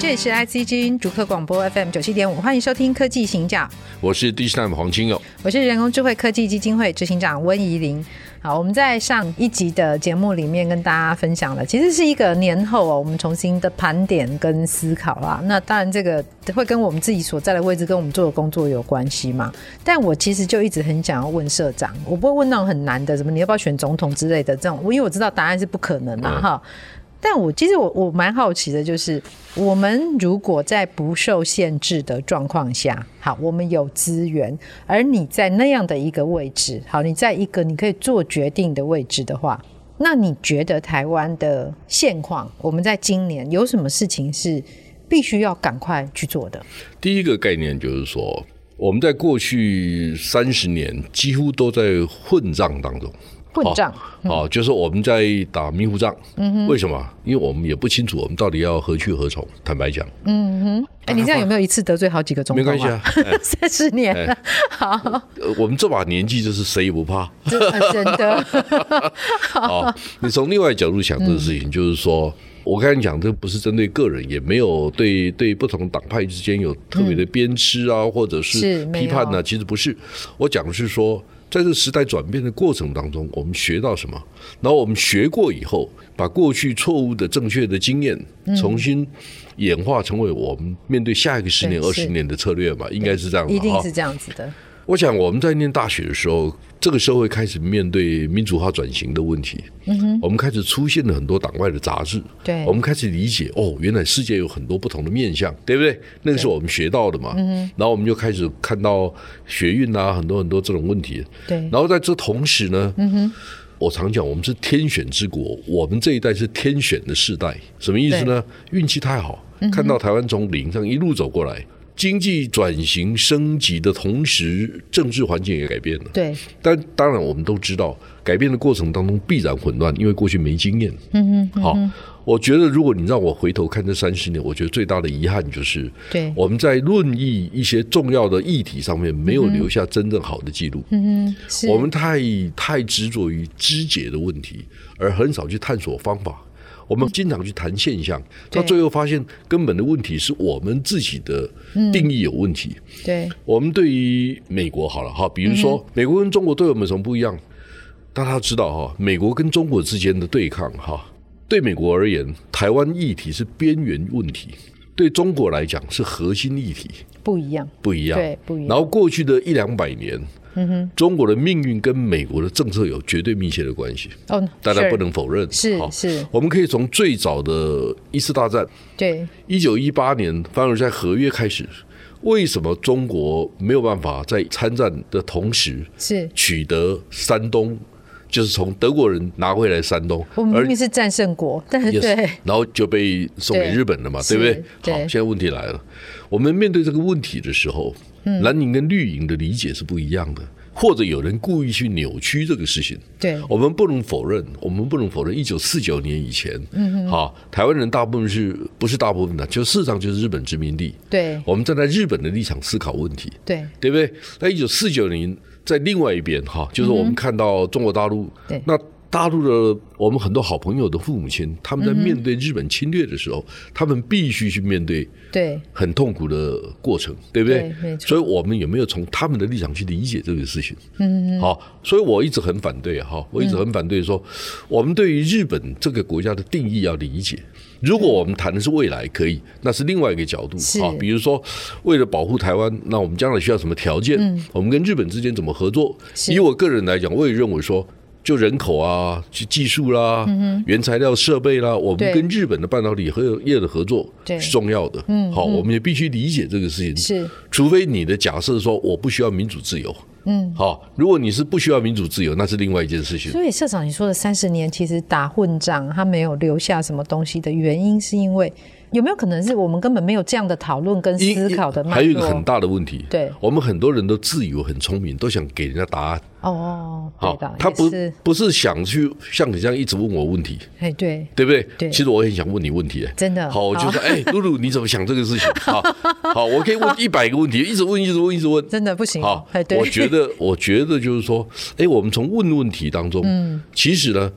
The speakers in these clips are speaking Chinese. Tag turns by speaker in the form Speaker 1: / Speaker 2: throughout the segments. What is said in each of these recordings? Speaker 1: 这里是 IC 之音主客广播 FM 九七点五，欢迎收听科技行脚，
Speaker 2: 我是 d i g i t i m 黄哦清友。
Speaker 1: 我是人工智慧科技基金会执行长温怡玲。好，我们在上一集的节目里面跟大家分享了，其实是一个年后哦，我们重新的盘点跟思考啦。那当然，这个会跟我们自己所在的位置跟我们做的工作有关系嘛。但我其实就一直很想要问社长，我不会问那种很难的，什么你要不要选总统之类的这种，因为我知道答案是不可能的哈。但我其实我我蛮好奇的，就是我们如果在不受限制的状况下，好，我们有资源，而你在那样的一个位置，好，你在一个你可以做决定的位置的话，那你觉得台湾的现况，我们在今年有什么事情是必须要赶快去做的？
Speaker 2: 第一个概念就是说，我们在过去三十年几乎都在混账当中。
Speaker 1: 混账，
Speaker 2: 哦，哦就是我们在打迷糊仗。嗯哼，为什么？因为我们也不清楚我们到底要何去何从。坦白讲，
Speaker 1: 哎、你这样有没有一次得罪好几个总
Speaker 2: 没
Speaker 1: 统、啊？
Speaker 2: 关系啊，哎
Speaker 1: 三十年了，
Speaker 2: 呃我们这把年纪就是谁也不怕。
Speaker 1: 真的真 的，
Speaker 2: 哦， 你从另外角度想这个事情，就是说。我刚才讲，这不是针对个人，也没有对对不同党派之间有特别的鞭笞啊，或者
Speaker 1: 嗯是
Speaker 2: 是
Speaker 1: 没有
Speaker 2: 批判呢、其实不是，我讲的是说，在这时代转变的过程当中，我们学到什么，然后我们学过以后，把过去错误的、正确的经验，
Speaker 1: 嗯
Speaker 2: 重新演化成为我们面对下一个十年、
Speaker 1: 对
Speaker 2: 二
Speaker 1: 是
Speaker 2: 十年的策略嘛，应该是这样的
Speaker 1: 一
Speaker 2: 哈。
Speaker 1: 定是这样子的。
Speaker 2: 我想我们在念大学的时候，这个社会开始面对民主化转型的问题。嗯哼，我们开始出现了很多党外的杂志。
Speaker 1: 对
Speaker 2: 我们开始理解哦，原来世界有很多不同的面向，对不对？那个是我们学到的嘛。嗯哼，然后我们就开始看到学运啊，很多很多这种问题。
Speaker 1: 对，
Speaker 2: 然后在这同时呢，嗯哼，我常讲我们是天选之国，我们这一代是天选的世代，什么意思呢？运气太好，看到台湾从零上一路走过来。经济转型升级的同时，政治环境也改变了。
Speaker 1: 对，
Speaker 2: 但当然，我们都知道，改变的过程当中必然混乱，因为过去没经验。嗯嗯。好，我觉得如果你让我回头看这三十年，我觉得最大的遗憾就是，
Speaker 1: 对
Speaker 2: 我们在论议一些重要的议题上面没有留下真正好的记录。
Speaker 1: 嗯，是
Speaker 2: 我们太太执着于肢解的问题，而很少去探索方法。我们经常去谈现象，
Speaker 1: 对
Speaker 2: 到最后发现根本的问题是我们自己的定义有问题。
Speaker 1: 对
Speaker 2: 我们对于美国好了哈，比如说、美国跟中国对我们有什么不一样？大家知道哈，美国跟中国之间的对抗哈，对美国而言，台湾议题是边缘问题；对中国来讲是核心议题，
Speaker 1: 不一样，
Speaker 2: 不一样。
Speaker 1: 对不一样嗯
Speaker 2: 然后过去的一两百年，中国的命运跟美国的政策有绝对密切的关系，
Speaker 1: 哦，
Speaker 2: 大家
Speaker 1: sure，
Speaker 2: 不能否认。
Speaker 1: 是
Speaker 2: 好
Speaker 1: 是，
Speaker 2: 我们可以从最早的一次大战，
Speaker 1: 对
Speaker 2: 一九一八年反而在合约开始，为什么中国没有办法在参战的同时
Speaker 1: 是。
Speaker 2: 取得山东？就是从德国人拿回来山东，
Speaker 1: 我们
Speaker 2: 而
Speaker 1: 明明是战胜国，但 是
Speaker 2: Yes，
Speaker 1: 对
Speaker 2: 然后就被送给
Speaker 1: 对
Speaker 2: 日本了嘛，
Speaker 1: 是
Speaker 2: 对不
Speaker 1: 对
Speaker 2: 对？好，现在问题来了，我们面对这个问题的时候，
Speaker 1: 嗯
Speaker 2: 蓝营跟绿营的理解是不一样的，或者有人故意去扭曲这个事情。
Speaker 1: 对
Speaker 2: 我们不能否认，我们不能否认，一九四九年以前，嗯，好，台湾人大部分是不是大部分的，就事实上就是日本殖民地。
Speaker 1: 对
Speaker 2: 我们站在日本的立场思考问题，
Speaker 1: 对
Speaker 2: 对不对？那一九四九年在另外一边哈，就是我们看到中国大陆，
Speaker 1: 对
Speaker 2: 那大陆的我们很多好朋友的父母亲，他们在面对日本侵略的时候，他们必须去面对
Speaker 1: 对
Speaker 2: 很痛苦的过程，对不对？
Speaker 1: 对没错
Speaker 2: 所以我们有没有从他们的立场去理解这个事情？嗯，好，所以我一直很反对啊哈，我一直很反对说，我们对于日本这个国家的定义要理解。如果我们谈的是未来，可以，那是另外一个角度
Speaker 1: 是
Speaker 2: 啊。比如说，为了保护台湾，那我们将来需要什么条件？我们跟日本之间怎么合作？
Speaker 1: 嗯是
Speaker 2: 以我个人来讲，我也认为说，就人口啊、技技术啦、原材料、设备啦，我
Speaker 1: 嗯对
Speaker 2: 们跟日本的半导体合业的合作
Speaker 1: 对
Speaker 2: 是重要的。嗯，好，我们也必须理解这个事情。
Speaker 1: 是，
Speaker 2: 除非你的假设说我不需要民主自由。嗯，好，如果你是不需要民主自由，那是另外一件事情。
Speaker 1: 所以社长你说的三十年其实打混仗，他没有留下什么东西的原因，是因为有没有可能是我们根本没有这样的讨论跟思考的脉络？
Speaker 2: 还有一个很大的问题，
Speaker 1: 对
Speaker 2: 我们很多人都自以为很聪明，都想给人家答案。
Speaker 1: 哦，对的，
Speaker 2: 他
Speaker 1: 也
Speaker 2: 不
Speaker 1: 是
Speaker 2: 不是想去像你这样一直问我问题，
Speaker 1: 哎，对，
Speaker 2: 对不对？
Speaker 1: 对
Speaker 2: 其实我很想问你问题、哎
Speaker 1: 真的哦
Speaker 2: 好，我就说，哎，露露，你怎么想这个事情？ 好，好，我可以问一百个问题，一直问，一直问，一直问。
Speaker 1: 真的不行哦
Speaker 2: 好，
Speaker 1: 哎，对，
Speaker 2: 我觉得，我觉得就是说，哎，我们从问问题当中，
Speaker 1: 嗯
Speaker 2: 其实呢，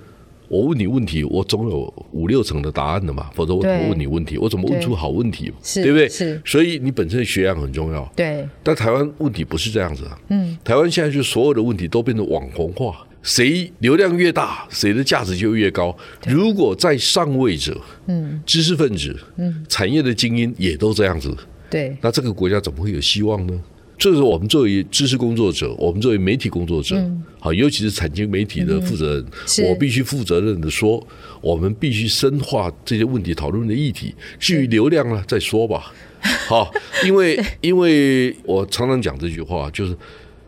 Speaker 2: 我问你问题，我总有五六成的答案的嘛，否则我怎么
Speaker 1: 对
Speaker 2: 问你问题？我怎么问
Speaker 1: 对
Speaker 2: 出好问题？
Speaker 1: 是
Speaker 2: 对不对？
Speaker 1: 是
Speaker 2: 所以你本身的学养很重要。
Speaker 1: 对，
Speaker 2: 但台湾问题不是这样子啊，嗯，台湾现在就所有的问题都变成网红化，谁流量越大，谁的价值就越高。如果在上位者、
Speaker 1: 嗯，
Speaker 2: 知识分子、嗯，产业的精英也都这样子，
Speaker 1: 对，
Speaker 2: 那这个国家怎么会有希望呢？这是我们作为知识工作者，我们作为媒体工作者，好、尤其是产经媒体的负责人，
Speaker 1: 嗯是
Speaker 2: 我必须负责任的说，我们必须深化这些问题讨论的议题。至于流量呢，再说 吧。好，因为因为我常常讲这句话，就是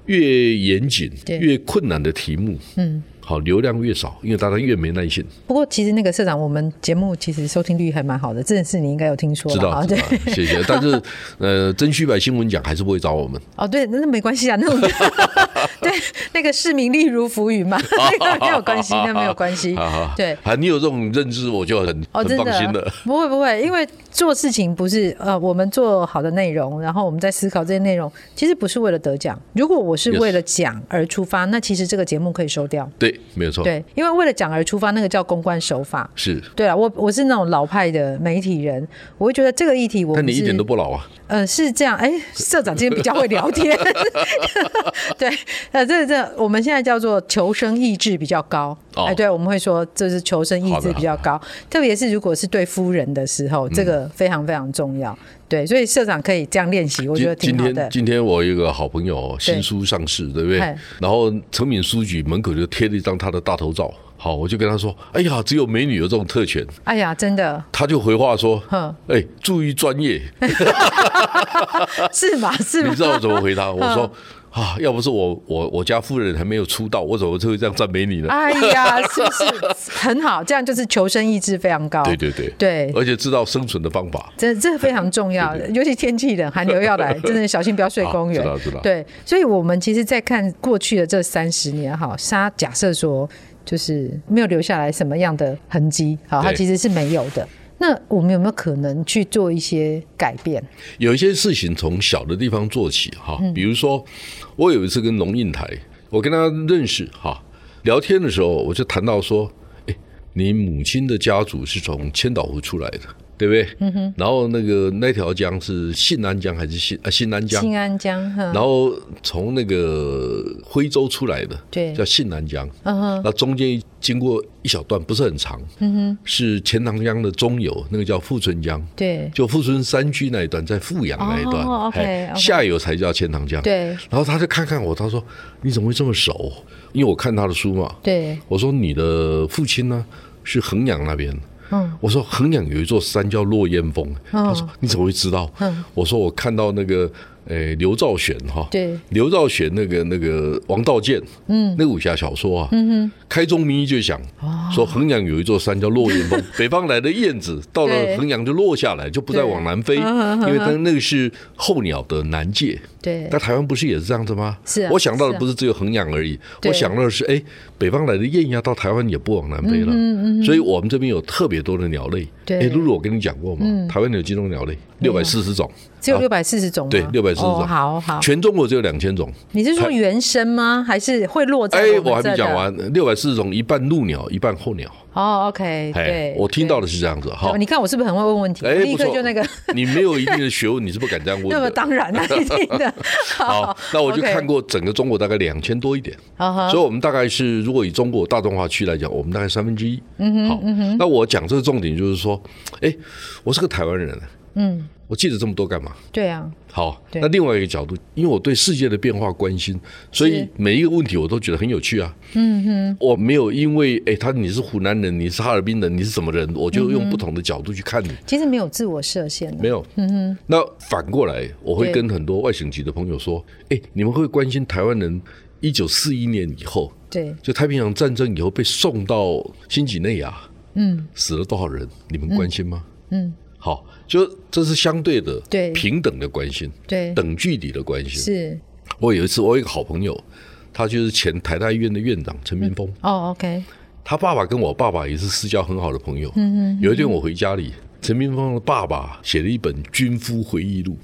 Speaker 2: 越严谨
Speaker 1: 对、
Speaker 2: 越困难的题目，嗯，好，流量越少，因为大家越没耐心。
Speaker 1: 不过其实那个社长，我们节目其实收听率还蛮好的，这件事你应该有听说
Speaker 2: 知
Speaker 1: 吧？
Speaker 2: 道，
Speaker 1: 啊
Speaker 2: 知
Speaker 1: 对
Speaker 2: 道，，谢谢。但是，呃， 真虚白新闻奖还是不会找我们。
Speaker 1: 哦对，那那没关系啊，那我们 对那个市民力如浮云嘛， 那个没有关系，那没有关系
Speaker 2: 好好，，
Speaker 1: 对。
Speaker 2: 啊，你有这种认知，我就很、
Speaker 1: 哦，
Speaker 2: 很
Speaker 1: 真
Speaker 2: 放心
Speaker 1: 的
Speaker 2: 了。
Speaker 1: 不会不会，因为做事情不是呃，我们做好的内容，然后我们在思考这些内容，其实不是为了得奖。如果我是
Speaker 2: Yes
Speaker 1: 为了奖而出发，那其实这个节目可以收掉。
Speaker 2: 对，没有错，
Speaker 1: 对，因为为了奖而出发，那个叫公关手法。
Speaker 2: 是。
Speaker 1: 对啊，我我是那种老派的媒体人，我会觉得这个议题我
Speaker 2: 但你
Speaker 1: 不
Speaker 2: 一
Speaker 1: 是
Speaker 2: 点都不老啊！
Speaker 1: 呃，是这样，哎，社长今天比较会聊 天，对，呃，这这我们现在叫做求生意志比较高，
Speaker 2: 哦
Speaker 1: 哎，对，我们会说这是求生意
Speaker 2: 好
Speaker 1: 志
Speaker 2: 的嗯
Speaker 1: 比较高，特别是如果是对夫人的时候，这个非常非常重要，对，所以社长可以这样练习，我觉得挺
Speaker 2: 今
Speaker 1: 好
Speaker 2: 今天
Speaker 1: 的，
Speaker 2: 今天我有一个好朋友
Speaker 1: 对
Speaker 2: 新书上市，对不对
Speaker 1: 嗨？
Speaker 2: 然后成品书局门口就贴了一张他的大头照。好，我就跟他说：“哎呀，只有美女有这种特权。
Speaker 1: 哎呀，真的”
Speaker 2: 他就回话说
Speaker 1: 哼：“
Speaker 2: 哎，注意专 业。
Speaker 1: 是 吗？”是
Speaker 2: 你
Speaker 1: 吗
Speaker 2: 知？道我怎么回答？我说：“啊，要不是我我我家夫人还没有出道，我怎么会这样赞美你呢
Speaker 1: 哎呀，是不是很好？这样就是求生意志非常高，？”
Speaker 2: 对对对，
Speaker 1: 对
Speaker 2: 而且知道生存的方法。
Speaker 1: 这这非常重 要，
Speaker 2: 对
Speaker 1: 尤其天气冷，寒流要 来，真的小心不要睡公园。
Speaker 2: 啊知道知道
Speaker 1: 对，所以我们其实，在看过去的这三十年，哈，沙假设说就是没有留下来什么样的痕迹，好，它
Speaker 2: 对
Speaker 1: 其实是没有的。那我们有没有可能去做一些改变？
Speaker 2: 有一些事情从小的地方做起哈，比如说我有一次跟龙应台，我跟他认识哈，聊天的时候我就谈到说，哎，你母亲的家族是从千岛湖出来的，对不对？嗯哼。然后那个那条江是信安江还是信啊信安江？
Speaker 1: 新安江，哈，
Speaker 2: 然后从那个徽州出来的，
Speaker 1: 对
Speaker 2: 叫信南江，
Speaker 1: 嗯哼，
Speaker 2: 那中间经过一小段，不是很长，嗯哼，是钱塘江的中游，那个叫富春江，
Speaker 1: 对
Speaker 2: 就富春山居那一段，在富阳那一段，
Speaker 1: 哦，OK，
Speaker 2: 哎
Speaker 1: OK
Speaker 2: 下游才叫钱塘江。
Speaker 1: 对
Speaker 2: 然后他就看看我，他说：“你怎么会这么熟？”因为我看他的书嘛。
Speaker 1: 对，
Speaker 2: 我说：“你的父亲呢是衡阳那边。”
Speaker 1: 嗯，
Speaker 2: 我说：“衡阳有一座山叫落雁峰。他说：“你怎么会知道？”
Speaker 1: 哦嗯
Speaker 2: 我说：“我看到那个。”呃，刘兆玄哈，
Speaker 1: 对
Speaker 2: 刘兆玄那个那个王道健，嗯，那个武侠小说啊，嗯开宗明义就讲、说衡阳有一座山叫落雁 峰，北方来的燕子到了
Speaker 1: 对
Speaker 2: 衡阳就落下来，就不再
Speaker 1: 对嗯
Speaker 2: 往南飞，因为它那个是候鸟的南界，
Speaker 1: 对
Speaker 2: 那，台湾不是也是这样子吗？
Speaker 1: 是啊
Speaker 2: 我想到
Speaker 1: 是啊
Speaker 2: 的不是只有衡阳而已，
Speaker 1: 对
Speaker 2: 我想到的是，哎，北方来的雁鸭到台湾也不往南飞了，
Speaker 1: 嗯
Speaker 2: 所以我们这边有特别多的鸟类。
Speaker 1: 对嗯
Speaker 2: 哎，露露，我跟你讲过嘛，台湾有几种鸟类？六百四十种，
Speaker 1: 只有
Speaker 2: 啊
Speaker 1: 六百四十种吗，
Speaker 2: 对640种
Speaker 1: 哦好嗯好，
Speaker 2: 全中国只有两千种。
Speaker 1: 你是说原生吗？还是会落在
Speaker 2: 哎，
Speaker 1: 我们
Speaker 2: 我还
Speaker 1: 这的？
Speaker 2: 没讲。完，六百四十种，一半陆鸟，一半候鸟。哎
Speaker 1: 哦，OK，对，
Speaker 2: 我听
Speaker 1: 对
Speaker 2: 到的是这样子哈
Speaker 1: 哦。你看我是不是很会问问题？我
Speaker 2: 哎，
Speaker 1: 立
Speaker 2: 不
Speaker 1: 刻
Speaker 2: 错，
Speaker 1: 就那个。
Speaker 2: 你没有一定的学问，你是不敢这样问
Speaker 1: 那么
Speaker 2: 的。
Speaker 1: 当然 了，一定的。
Speaker 2: 好，那我就
Speaker 1: OK
Speaker 2: 看。过整个中国大概两千多一点。
Speaker 1: 啊哈
Speaker 2: 所以，我们大概是如果以中国大中华区来讲，我们大概三分之一。嗯好，那我讲这个重点就是说，哎，我是个台湾人，
Speaker 1: 嗯，
Speaker 2: 我记得这么多干嘛？
Speaker 1: 对啊，
Speaker 2: 好，
Speaker 1: 对
Speaker 2: 那另外一个角度，因为我对世界的变化关心，所以
Speaker 1: 是
Speaker 2: 每一个问题我都觉得很有趣啊。嗯哼，我没有因为哎，他你是湖南人，你是哈尔滨人，你是什么人，我就用不同的角度去看你。
Speaker 1: 其实没有自我设限
Speaker 2: 没
Speaker 1: 的。
Speaker 2: 有，嗯哼。那反过来，我会
Speaker 1: 对
Speaker 2: 跟很多外省籍的朋友说，哎，你们会关心台湾人一九四一年以后
Speaker 1: 对，
Speaker 2: 就太平洋战争以后被送到新几内亚，
Speaker 1: 嗯，
Speaker 2: 死了多少人？你们关心吗？
Speaker 1: 嗯，
Speaker 2: 好，就这是相对的，
Speaker 1: 对
Speaker 2: 平等的关心，
Speaker 1: 对，
Speaker 2: 等距离的关心。
Speaker 1: 是
Speaker 2: 我有一次，我有一个好朋友，他就是前台大医院的院长陈明峰，
Speaker 1: 哦，OK，
Speaker 2: 他爸爸跟我爸爸也是私交很好的朋友。嗯嗯。有一天我回家里，陈明峰的爸爸写了一本《军夫回忆录》，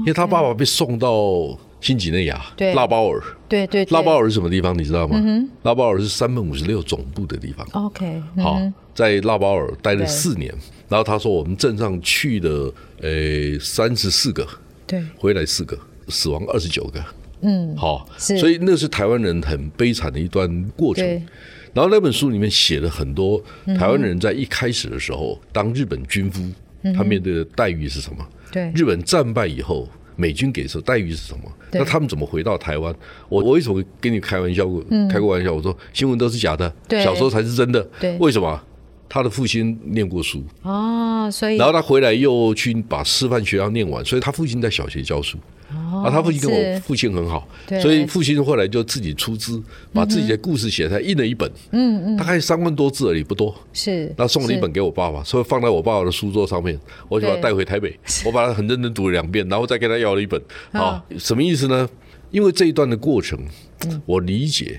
Speaker 2: 因为他爸爸被送到新几内亚
Speaker 1: 对
Speaker 2: 拉包尔。
Speaker 1: 对对，对
Speaker 2: 拉包尔是什么地方？你知道吗？拉包尔是三本五十六总部的地方。
Speaker 1: ，OK，嗯
Speaker 2: 好，在拉包尔待
Speaker 1: 对
Speaker 2: 了四年，然后他说我们镇上去了呃三十四个，
Speaker 1: 对，
Speaker 2: 回来四个，死亡二十九个。
Speaker 1: 嗯，
Speaker 2: 好，
Speaker 1: 是
Speaker 2: 所以那是台湾人很悲惨的一段过程
Speaker 1: 对。嗯
Speaker 2: 然后那本书里面写了很多台湾人在一开始的时候，当日本军夫，
Speaker 1: 嗯
Speaker 2: 他面对的待遇是什么？
Speaker 1: 对，
Speaker 2: 日本战败以后，美军给的待遇是什么？
Speaker 1: 对
Speaker 2: 那他们怎么回到台湾？我我为什么跟你开玩笑过？开过玩笑，我说新闻都是假的，
Speaker 1: 嗯对
Speaker 2: 小说才是真的
Speaker 1: 对。
Speaker 2: 为什么？他的父亲念过书，
Speaker 1: 哦，所以
Speaker 2: 然后他回来又去把师范学校念完，所以他父亲在小学教书。
Speaker 1: 啊
Speaker 2: 啊，他父亲跟我父亲很好
Speaker 1: 对，
Speaker 2: 所以父亲后来就自己出资把自己的故事写下来，印了一本，嗯嗯，大概三万多字而已，不多。
Speaker 1: 是，
Speaker 2: 那送了一
Speaker 1: 是
Speaker 2: 本给我爸爸，所以放在我爸爸的书桌上面，我就把它
Speaker 1: 对
Speaker 2: 带回台北，我把它很认真读了两遍，然后再跟他要了一本。
Speaker 1: 嗯
Speaker 2: 啊，什么意思呢？因为这一段的过程，
Speaker 1: 嗯
Speaker 2: 我理解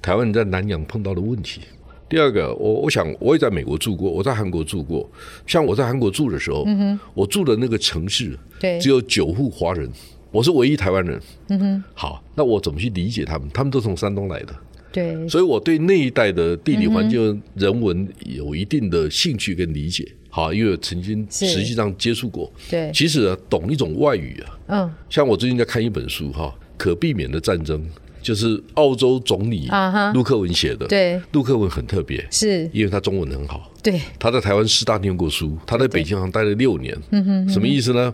Speaker 2: 台湾人在南洋碰到的问题。第二个，我我想我也在美国住过，我在韩国住过。像我在韩国住的时候，我住的那个城市
Speaker 1: 嗯对
Speaker 2: 只有九户华人，我是唯一台湾人。嗯哼，好，那我怎么去理解他们？他们都从山东来的。
Speaker 1: 对
Speaker 2: 所以我对那一带的地理环
Speaker 1: 嗯
Speaker 2: 境、人文有一定的兴趣跟理解。好，因为我曾经
Speaker 1: 是
Speaker 2: 实际上接触过。
Speaker 1: 对，
Speaker 2: 其实啊，懂一种外语啊，
Speaker 1: 嗯
Speaker 2: 像我最近在看一本书哈，《可避免的战争》，就是澳洲总理
Speaker 1: 啊哈
Speaker 2: 陆克文写的。
Speaker 1: 对
Speaker 2: 陆克文很特别，
Speaker 1: 是，
Speaker 2: 因为他中文很好。
Speaker 1: 对
Speaker 2: 他在台湾师大念过书，他在北京好像待了六年。
Speaker 1: 嗯
Speaker 2: 什么意思呢？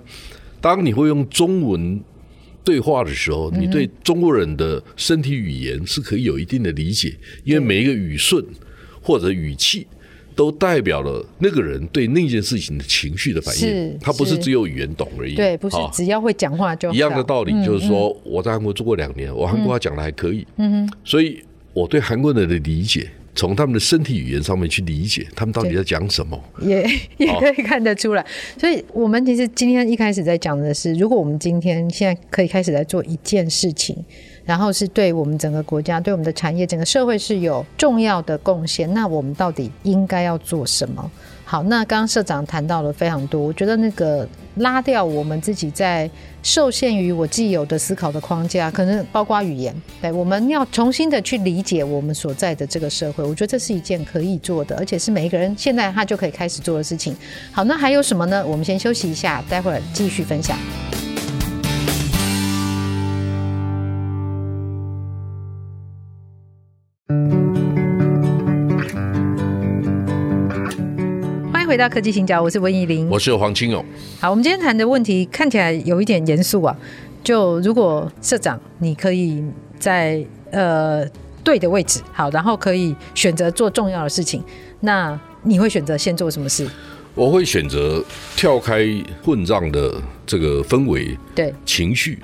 Speaker 2: 当你会用中文对话的时
Speaker 1: 嗯
Speaker 2: 候，你对中国人的身体语言是可以有一定的理解，因为每一个语顺或者语气。都代表了那个人对那件事情的情绪的反
Speaker 1: 是
Speaker 2: 应，他不是
Speaker 1: 是
Speaker 2: 只有语言懂而已。
Speaker 1: 对，不是
Speaker 2: 啊
Speaker 1: 只嗯要会讲话就
Speaker 2: 一样的
Speaker 1: 好
Speaker 2: 道理，就是说我在韩国住过两年，我韩国话讲的还可以，嗯所以我对韩国人的理解，从他们的身体语言上面去理解他们到底在讲什么。
Speaker 1: 也也可以看得出来。所以，我们其实今天一开始在讲的是，如果我们今天现在可以开始来做一件事情，然后是对我们整个国家、对我们的产业、整个社会是有重要的贡献，那我们到底应该要做什么？好，那刚刚社长谈到了非常多，我觉得那个拉掉我们自己在受限于我既有的思考的框架，可能包括语言，对，我们要重新的去理解我们所在的这个社会，我觉得这是一件可以做的，而且是每一个人现在他就可以开始做的事情。好，那还有什么呢？我们先休息一下，待会儿继续分享。欢迎回到科技行脚，我是温怡玲，
Speaker 2: 我是黄清勇，
Speaker 1: 好，我们今天谈的问题看起来有一点严肃啊。就如果社长，你可以在呃对的位置，好，然后可以选择做重要的事情，那你会选择先做什么事？
Speaker 2: 我会选择跳开混账的这个氛围
Speaker 1: 对
Speaker 2: 情绪，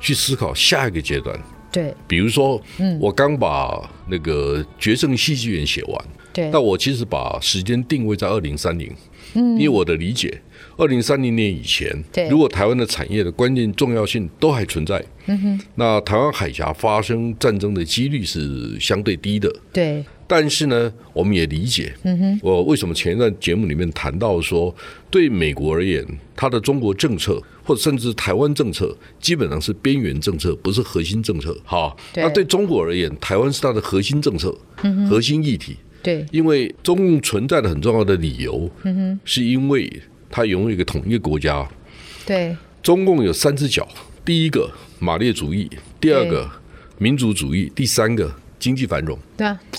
Speaker 2: 去思考下一个阶段。
Speaker 1: 对
Speaker 2: 比如说，
Speaker 1: 嗯
Speaker 2: 我刚把那个《决胜戏剧院》写完，
Speaker 1: 对
Speaker 2: 但我其实把时间定位在二零三零，因为我的理解，二零三零年以前
Speaker 1: 嗯对，
Speaker 2: 如果台湾的产业的关键重要性都还存在，
Speaker 1: 嗯
Speaker 2: 那台湾海峡发生战争的几率是相对低的。
Speaker 1: 对
Speaker 2: 但是呢，我们也理解，我为什么前一段节目里面谈到说，对美国而言，它的中国政策或者甚至台湾政策，基本上是边缘政策，不是核心政策。哈，
Speaker 1: 对
Speaker 2: 那对中国而言，台湾是它的核心政策，核心议题。
Speaker 1: 对
Speaker 2: 因为中共存在的很重要的理由，是因为它拥有一个统一的国家。
Speaker 1: 对
Speaker 2: 中共有三只脚，第一个马列主义，第二个民族主义，第三个经济繁荣。
Speaker 1: 对啊，
Speaker 2: 好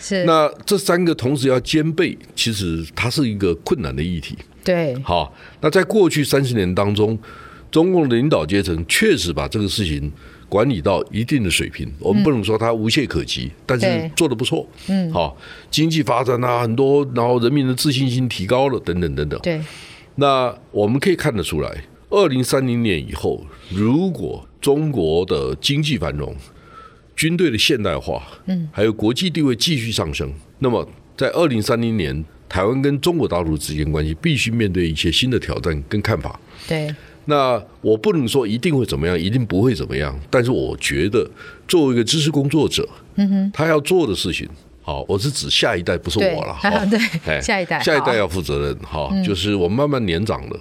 Speaker 1: 是是，
Speaker 2: 那这三个同时要兼备，其实它是一个困难的议题。
Speaker 1: 对
Speaker 2: 好，那在过去三十年当中，中共的领导阶层确实把这个事情管理到一定的水平，我们不能说它无懈可击，但
Speaker 1: 嗯对
Speaker 2: 是做得不错。嗯，好，经济发展啊，很多，然后人民的自信心提高了，等等等等。
Speaker 1: 对
Speaker 2: 那我们可以看得出来，二零三零年以后，如果中国的经济繁荣、军队的现代化，嗯，还有国际地位继续上升，那么在二零三零年，台湾跟中国大陆之间关系必须面对一些新的挑战跟看法。
Speaker 1: 对，
Speaker 2: 那我不能说一定会怎么样，一定不会怎么样，但是我觉得作为一个知识工作者，嗯哼，他要做的事情，好，我是指下一代，不是
Speaker 1: 对
Speaker 2: 我了，
Speaker 1: 啊
Speaker 2: 哈
Speaker 1: 对
Speaker 2: 哎
Speaker 1: 下一代嗯
Speaker 2: 下一
Speaker 1: 好
Speaker 2: 代要负责任，哈，就是我们慢慢年长了。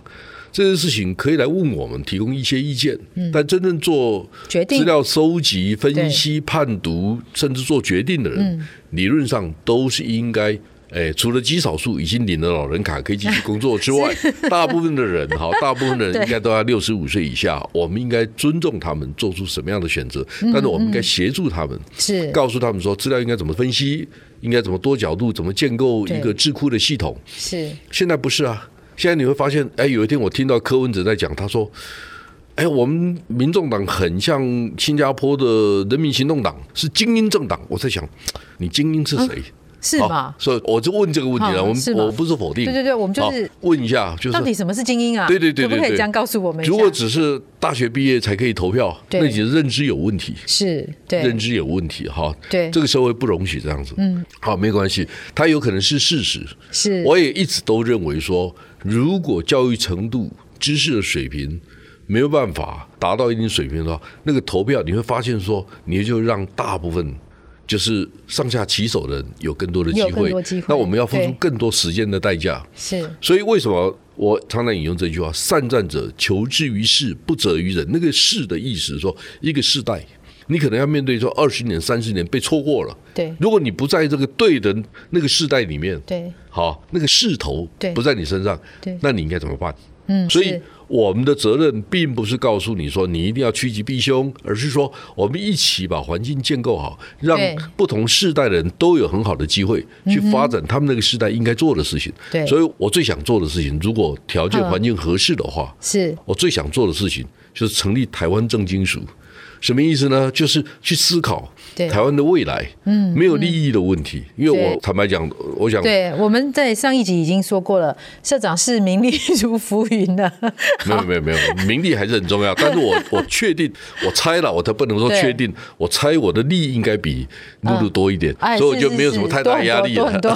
Speaker 2: 这些事情可以来问我们，提供一些意见，但真正做
Speaker 1: 嗯决定
Speaker 2: 资料收集、分析、判读，甚至做决定的人，
Speaker 1: 嗯
Speaker 2: 理论上都是应该。哎，除了极少数已经领了老人卡可以继续工作之 外，大部分的人哈，大部分的人应该都要六十五岁以下。我们应该尊重他们做出什么样的选择，
Speaker 1: 嗯
Speaker 2: 但是我们应该协助他们，
Speaker 1: 是
Speaker 2: 告诉他们说资料应该怎么分析，应该怎么多角度，怎么建构一
Speaker 1: 对
Speaker 2: 个智库的系统。
Speaker 1: 是，
Speaker 2: 现在不是啊，现在你会发现，哎，有一天我听到柯文哲在讲，他说，哎，我们民众党很像新加坡的人民行动党，是精英政党。我在想，你精英是谁？
Speaker 1: 啊是
Speaker 2: 好
Speaker 1: 吗？
Speaker 2: 所以我就问这个问题了，
Speaker 1: 嗯
Speaker 2: 我
Speaker 1: 是
Speaker 2: 们
Speaker 1: 吗
Speaker 2: 我不是否定，
Speaker 1: 对对对我们就是
Speaker 2: 好问一下，就是
Speaker 1: 到底什么是精英啊？
Speaker 2: 对对对对
Speaker 1: 可不可以
Speaker 2: 对
Speaker 1: 这样告诉我们一下？
Speaker 2: 如果只是大学毕业才可以投票，
Speaker 1: 啊对
Speaker 2: 那你的认知有问题。
Speaker 1: 是对
Speaker 2: 认知有问题哈，
Speaker 1: 对
Speaker 2: 这个社会不容许这样子。嗯，好，没关系，它有可能是事实，
Speaker 1: 是，
Speaker 2: 我也一直都认为说，如果教育程度、知识的水平没有办法达到一定水平的话，那个投票你会发现说，你就让大部分。就是上下其手的人有更多的机
Speaker 1: 有更
Speaker 2: 会
Speaker 1: 多机会，
Speaker 2: 那我们要付出
Speaker 1: 对
Speaker 2: 更多时间的代价。
Speaker 1: 是
Speaker 2: 所以为什么我常常引用这句话“善战者求之于事，不责于人”？那个“事”的意思是说，一个世代，你可能要面对说二十年、三十年被错过了。
Speaker 1: 对
Speaker 2: 如果你不在这个对的那个世代里面，
Speaker 1: 对
Speaker 2: 好，那个势头
Speaker 1: 对
Speaker 2: 不在你身上
Speaker 1: 对，
Speaker 2: 那你应该怎么办？
Speaker 1: 嗯，
Speaker 2: 所以
Speaker 1: 是
Speaker 2: 我们的责任并不是告诉你说你一定要趋吉避凶，而是说我们一起把环境建构好，让
Speaker 1: 对嗯
Speaker 2: 不同世代的人都有很好的机会去发展他们那个世代应该做的事情。
Speaker 1: 对
Speaker 2: 所以我最想做的事情，如果条件
Speaker 1: 嗯
Speaker 2: 环境合适的话，
Speaker 1: 是
Speaker 2: 我最想做的事情就是成立台湾正金属。什么意思呢？就是去思考
Speaker 1: 对
Speaker 2: 台湾的未来，嗯，没有利益的问题。因为
Speaker 1: 对
Speaker 2: 我坦白讲，我想
Speaker 1: 对，我们在上一集已经说过了，社长是名利如浮云啊的，
Speaker 2: 没有没有没有，名利还是很重要。但是我我确定，我猜了，我都不能说
Speaker 1: 对
Speaker 2: 确定，我猜我的利应该比露露多一点，
Speaker 1: 哎，
Speaker 2: 所以我
Speaker 1: 是
Speaker 2: 就是没有什么
Speaker 1: 是
Speaker 2: 太
Speaker 1: 多
Speaker 2: 大
Speaker 1: 很
Speaker 2: 压
Speaker 1: 多
Speaker 2: 力
Speaker 1: 多
Speaker 2: 了
Speaker 1: 很。多，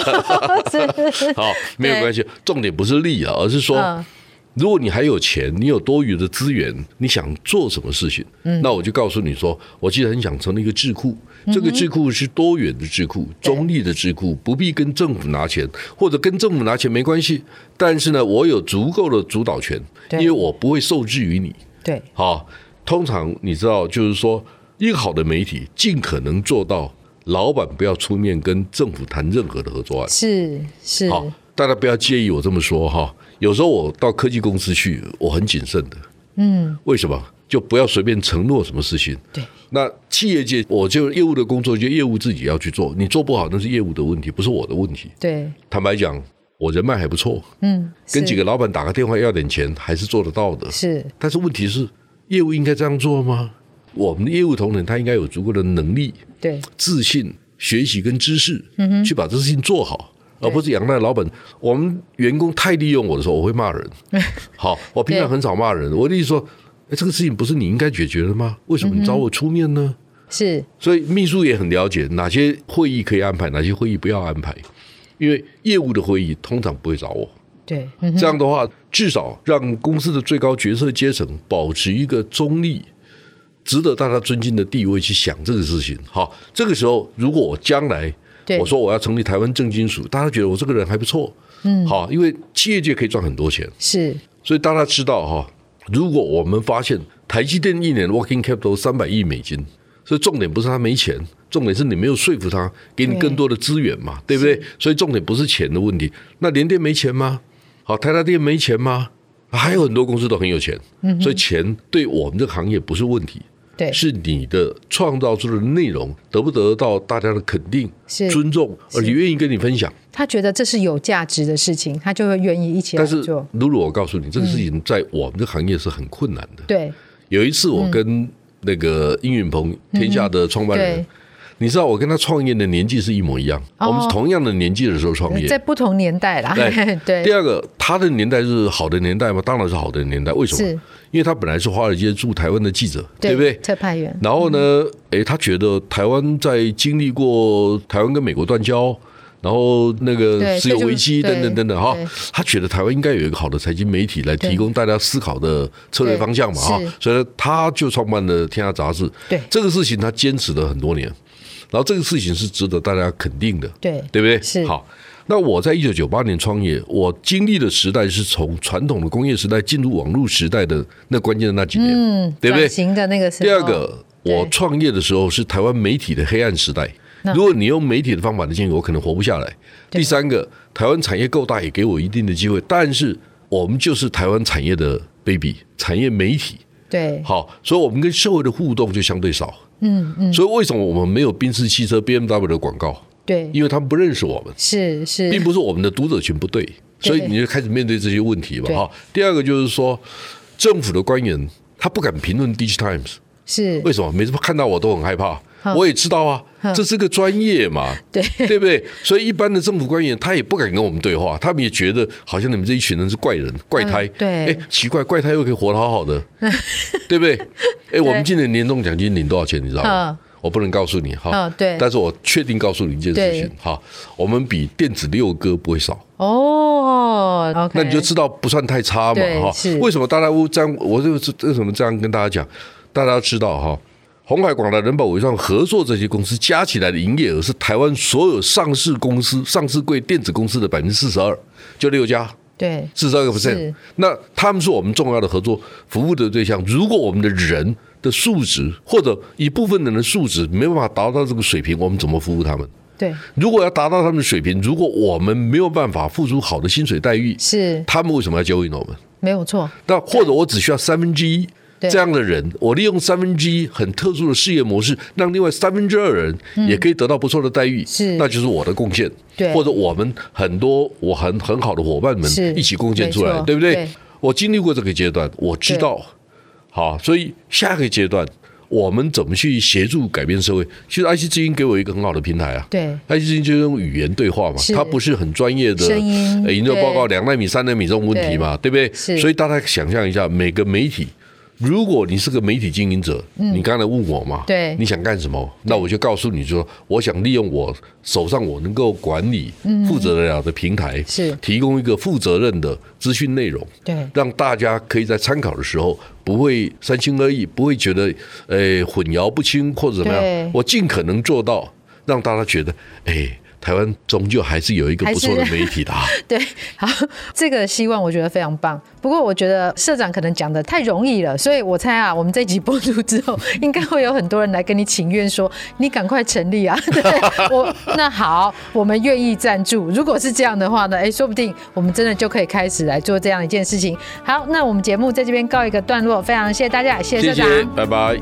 Speaker 1: 是
Speaker 2: 好，没有
Speaker 1: 对
Speaker 2: 关系，重点不是利啊，而是说。
Speaker 1: 嗯
Speaker 2: 如果你还有钱，你有多余的资源，你想做什么事情？
Speaker 1: 嗯
Speaker 2: 那我就告诉你说，我既然想成立一个智库，这个智库是多元的智库、
Speaker 1: 对
Speaker 2: 中立的智库，不必跟政府拿钱，或者跟政府拿钱没关系。但是呢，我有足够的主导权，
Speaker 1: 对
Speaker 2: 因为我不会受制于你。
Speaker 1: 对
Speaker 2: 好，通常你知道，就是说，一个好的媒体尽可能做到老板不要出面跟政府谈任何的合作案。
Speaker 1: 是是，
Speaker 2: 好，大家不要介意我这么说哈。有时候我到科技公司去，我很谨慎的。嗯，为什么？就不要随便承诺什么事情。
Speaker 1: 对，
Speaker 2: 那企业界，我就业务的工作，就业务自己要去做。你做不好，那是业务的问题，不是我的问题。
Speaker 1: 对，
Speaker 2: 坦白讲，我人脉还不错，
Speaker 1: 嗯，
Speaker 2: 跟
Speaker 1: 是
Speaker 2: 几个老板打个电话要点钱，还是做得到的。
Speaker 1: 是
Speaker 2: 但是问题是，业务应该这样做吗？我们的业务同仁他应该有足够的能力、
Speaker 1: 对
Speaker 2: 自信、学习跟知识，去把这事情做好，而不是仰赖老板。我们员工太利用我的时候，我会骂人。好，我平常
Speaker 1: 对
Speaker 2: 很少骂人。我的意思说，哎，这个事情不是你应该解决的吗？为什么你找我出面呢？
Speaker 1: 是
Speaker 2: 所以秘书也很了解哪些会议可以安排，哪些会议不要安排，因为业务的会议通常不会找我。
Speaker 1: 对，嗯
Speaker 2: 这样的话，至少让公司的最高决策阶层保持一个中立、值得大家尊敬的地位去想这个事情。好，这个时候如果我将来
Speaker 1: 对
Speaker 2: 我说我要成立台湾正金属，大家觉得我这个人还不错，嗯，好，因为企业界可以赚很多钱，
Speaker 1: 是
Speaker 2: 所以大家知道哈，如果我们发现台积电一年的 working capital 三百亿美金，所以重点不是他没钱，重点是你没有说服他给你
Speaker 1: 对
Speaker 2: 更多的资源嘛，对不对？所以重点不是钱的问题。那联电没钱吗？好，台达电没钱吗？还有很多公司都很有钱，所以钱对我们这个行业不是问题，
Speaker 1: 嗯对
Speaker 2: 是你的创造出的内容得不得到大家的肯定、
Speaker 1: 是
Speaker 2: 尊重，而且愿意跟你分享。
Speaker 1: 他觉得这是有价值的事情，他就会愿意一起来
Speaker 2: 但是
Speaker 1: 做，。
Speaker 2: 露露，我告诉你，
Speaker 1: 嗯
Speaker 2: 这个事情在我们这个行业是很困难的。
Speaker 1: 对
Speaker 2: 有一次
Speaker 1: 嗯
Speaker 2: 我跟那个殷允鹏，天下的创办人，
Speaker 1: 嗯对，
Speaker 2: 你知道我跟他创业的年纪是一模一样，
Speaker 1: 哦
Speaker 2: 我们是同样的年纪的时候创业
Speaker 1: 在。不同年代啦，
Speaker 2: 对第
Speaker 1: 对
Speaker 2: 二个，他的年代是好的年代吗？当然是好的年代。为什么
Speaker 1: 是？
Speaker 2: 因为他本来是华尔街驻台湾的记者，对不对？
Speaker 1: 特派员
Speaker 2: 然后呢，诶，他觉得台湾在经历过台湾跟美国断交，然后那个
Speaker 1: 对
Speaker 2: 石油危机
Speaker 1: 所以
Speaker 2: 等
Speaker 1: 就
Speaker 2: 等等等哈
Speaker 1: 对，
Speaker 2: 他觉得台湾应该有一个好的财经媒体来提供大家思考的策略方向嘛哈
Speaker 1: 对是，
Speaker 2: 所以他就创办了《天下杂志》。
Speaker 1: 对
Speaker 2: 这个事情，他坚持了很多年，然后这个事情是值得大家肯定的。
Speaker 1: 对
Speaker 2: 对不对？
Speaker 1: 是
Speaker 2: 好。那我在一九九八年创业，我经历的时代是从传统的工业时代进入网络时代的那关键的那几年，嗯对不对哦
Speaker 1: 转？型的那个时候
Speaker 2: 第二个，
Speaker 1: 对
Speaker 2: 我创业的时候是台湾媒体的黑暗时代。如果你用媒体的方法来建议我，可能活不下来。第三个，台湾产业够大，也给我一定的机会，但是我们就是台湾产业的 baby，产业媒体。
Speaker 1: 对，
Speaker 2: 好，所以我们跟社会的互动就相对少。嗯嗯，所以为什么我们没有宾士汽车 BMW 的广告？
Speaker 1: 对，
Speaker 2: 因为他们不认识我们。
Speaker 1: 是是，
Speaker 2: 并不是我们的读者群不对，所以你就开始面对这些问题吧。
Speaker 1: 对
Speaker 2: 哈，第二个就是说，政府的官员他不敢评论《Digi Times》，
Speaker 1: 是
Speaker 2: 为什么？每次看到我都很害怕。我也知道啊，这是个专业嘛，
Speaker 1: 对
Speaker 2: 对不对？所以一般的政府官员他也不敢跟我们对话，他们也觉得好像你们这一群人是怪人、怪胎。
Speaker 1: 嗯对
Speaker 2: 哎，奇怪，怪胎又可以活得好 好的，对不对？哎，我们今年年终奖金领多少钱？你知道吗
Speaker 1: 嗯？
Speaker 2: 我不能告诉你哈，
Speaker 1: 嗯对
Speaker 2: 但是我确定告诉你一件事情
Speaker 1: 对
Speaker 2: 哈，我们比电子六哥不会少。
Speaker 1: 哦，OK，
Speaker 2: 那你就知道不算太差嘛
Speaker 1: 对
Speaker 2: 哈
Speaker 1: 是。
Speaker 2: 为什么大家会这样？我就是为什么这样跟大家讲？大家要知道哈，红海、广达、人保、伟创合作这些公司加起来的营业额是台湾所有上市公司、上市柜电子公司的百分之四十二，就六家。
Speaker 1: 对
Speaker 2: 四十二个
Speaker 1: 是
Speaker 2: percent，那他们是我们重要的合作服务的对象。如果我们的人的素质或者一部分人的素质没办法达到这个水平，我们怎么服务他们？
Speaker 1: 对
Speaker 2: 如果要达到他们的水平，如果我们没有办法付出好的薪水待遇，
Speaker 1: 是
Speaker 2: 他们为什么要交易我们？
Speaker 1: 没有错，
Speaker 2: 那或者我只需要三分之一
Speaker 1: 对
Speaker 2: 这样的人，我利用三分之一很特殊的事业模式，让另外三分之二人也可以得到不错的待遇，
Speaker 1: 是
Speaker 2: 那就是我的贡献，
Speaker 1: 对
Speaker 2: 或者我们很多我很很好的伙伴们
Speaker 1: 是
Speaker 2: 一起贡献出
Speaker 1: 没
Speaker 2: 来，
Speaker 1: 错
Speaker 2: 对不对？
Speaker 1: 对
Speaker 2: 我经历过这个阶段，我知道，好，所以下个阶段。我们怎么去协助改变社会？其实 IC 之音给我一个很好的平台啊。
Speaker 1: 对
Speaker 2: ，IC 之音就是用语言对话嘛，
Speaker 1: 是
Speaker 2: 它不是很专业的
Speaker 1: 声音
Speaker 2: 呃研究报告
Speaker 1: 对
Speaker 2: 两纳米、三纳米这种问题嘛，对不对？
Speaker 1: 是
Speaker 2: 所以大家想象一下，每个媒体，如果你是个媒体经营者，你刚才问我嘛，
Speaker 1: 嗯对
Speaker 2: 你想干什么？那我就告诉你说，我想利用我手上我能够管理、负责得了的平台，
Speaker 1: 嗯是
Speaker 2: 提供一个负责任的资讯内容，
Speaker 1: 对
Speaker 2: 让大家可以在参考的时候不会三心二意，不会觉得呃混淆不清或者怎么
Speaker 1: 对
Speaker 2: 样。我尽可能做到让大家觉得，哎，台湾终究还是有一个不错的
Speaker 1: 还是
Speaker 2: 媒体的、啊。
Speaker 1: 对，好，这个希望我觉得非常棒。不过我觉得社长可能讲的太容易了，所以我猜啊，我们这集播出之后，应该会有很多人来跟你请愿说，你赶快成立啊！ 对我那好，我们愿意赞助。如果是这样的话呢，哎，说不定我们真的就可以开始来做这样一件事情。好，那我们节目在这边告一个段落，非常谢谢大家，谢谢
Speaker 2: 谢
Speaker 1: 社长。
Speaker 2: 谢，拜拜。